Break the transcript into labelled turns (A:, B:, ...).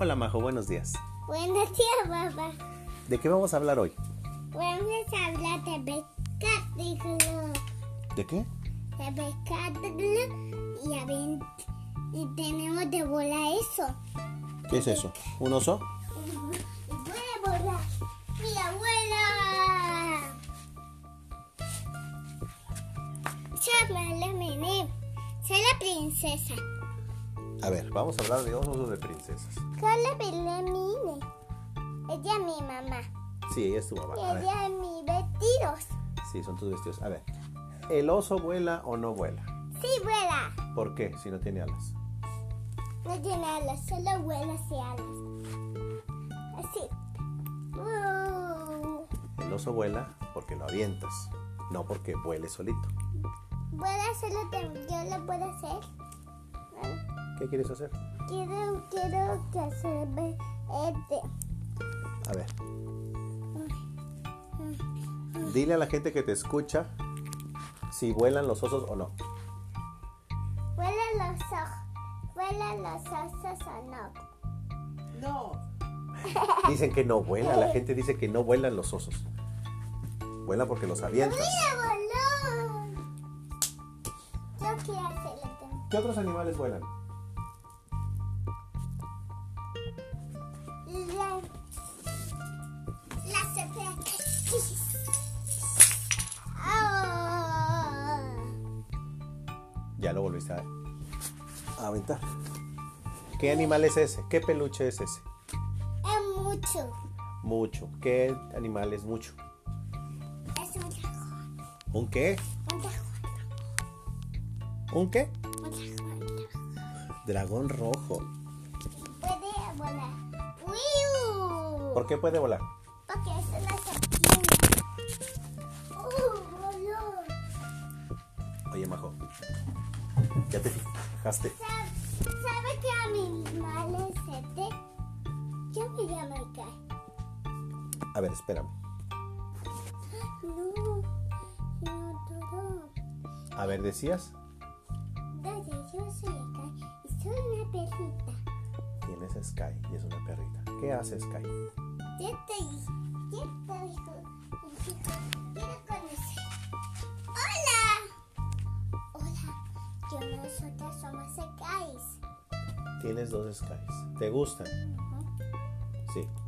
A: Hola Majo, buenos días.
B: Buenos días, papá.
A: ¿De qué vamos a hablar hoy?
B: Vamos a hablar de pescadillo.
A: ¿De qué?
B: De pescadillo y, a ver- y tenemos de volar eso.
A: ¿Qué es eso? ¿Un oso?
B: Y puede volar. ¡Mira, vuela! Charla la mené. Soy la princesa.
A: A ver, vamos a hablar de osos o de princesas.
B: Carla Belemine. Ella es mi mamá.
A: Sí, ella es tu mamá.
B: Y
A: A ver.
B: ella es mi vestidos.
A: Sí, son tus vestidos. A ver, ¿el oso vuela o no vuela?
B: Sí, vuela.
A: ¿Por qué si no tiene alas?
B: No tiene alas, solo vuela hacia alas. Así. Uh,
A: El oso vuela porque lo avientas, no porque vuele solito.
B: Puedo hacerlo también, yo lo puedo hacer. Ah,
A: ¿Qué quieres hacer?
B: Quiero, quiero que se ve este.
A: A ver. Dile a la gente que te escucha si vuelan los osos o no.
B: Vuela los ojos. Vuela los ojos o no.
C: No,
A: Dicen que no vuela, la gente dice que no vuelan los osos. Vuela porque los avientas.
B: ¡Mira, voló! Yo quiero hacerlo también.
A: ¿Qué otros animales vuelan?
B: La, la serpiente. Ah.
A: Ya lo volviste a, a aventar. ¿Qué animal es ese? ¿Qué peluche es ese?
B: Es mucho.
A: Mucho. ¿Qué animal es mucho?
B: Es un dragón.
A: ¿Un qué?
B: Un dragón.
A: ¿Un qué?
B: Un dragón. un dragón.
A: Dragón rojo.
B: Puede volar. ¡Wiu!
A: ¿Por qué puede volar?
B: Porque es una serpiente. é ¡Uh! Voló.
A: Oye, Majo. Ya te fijaste.
B: ¿Sabe, sabe qué animal es este? Yo me llamo acá.
A: A ver, espérame.
B: No. No, todo.
A: A ver, decías.
B: Entonces yo soy acá y soy una perrita.
A: Tienes a Sky y es una perrita. ¿Qué hace Sky?
B: Yo estoy. Yo estoy. con- Quiero conocer. ¡Hola! Hola. Yo nosotras somos Ekais.
A: Tienes dos Skys. ¿Te gustan? Sí.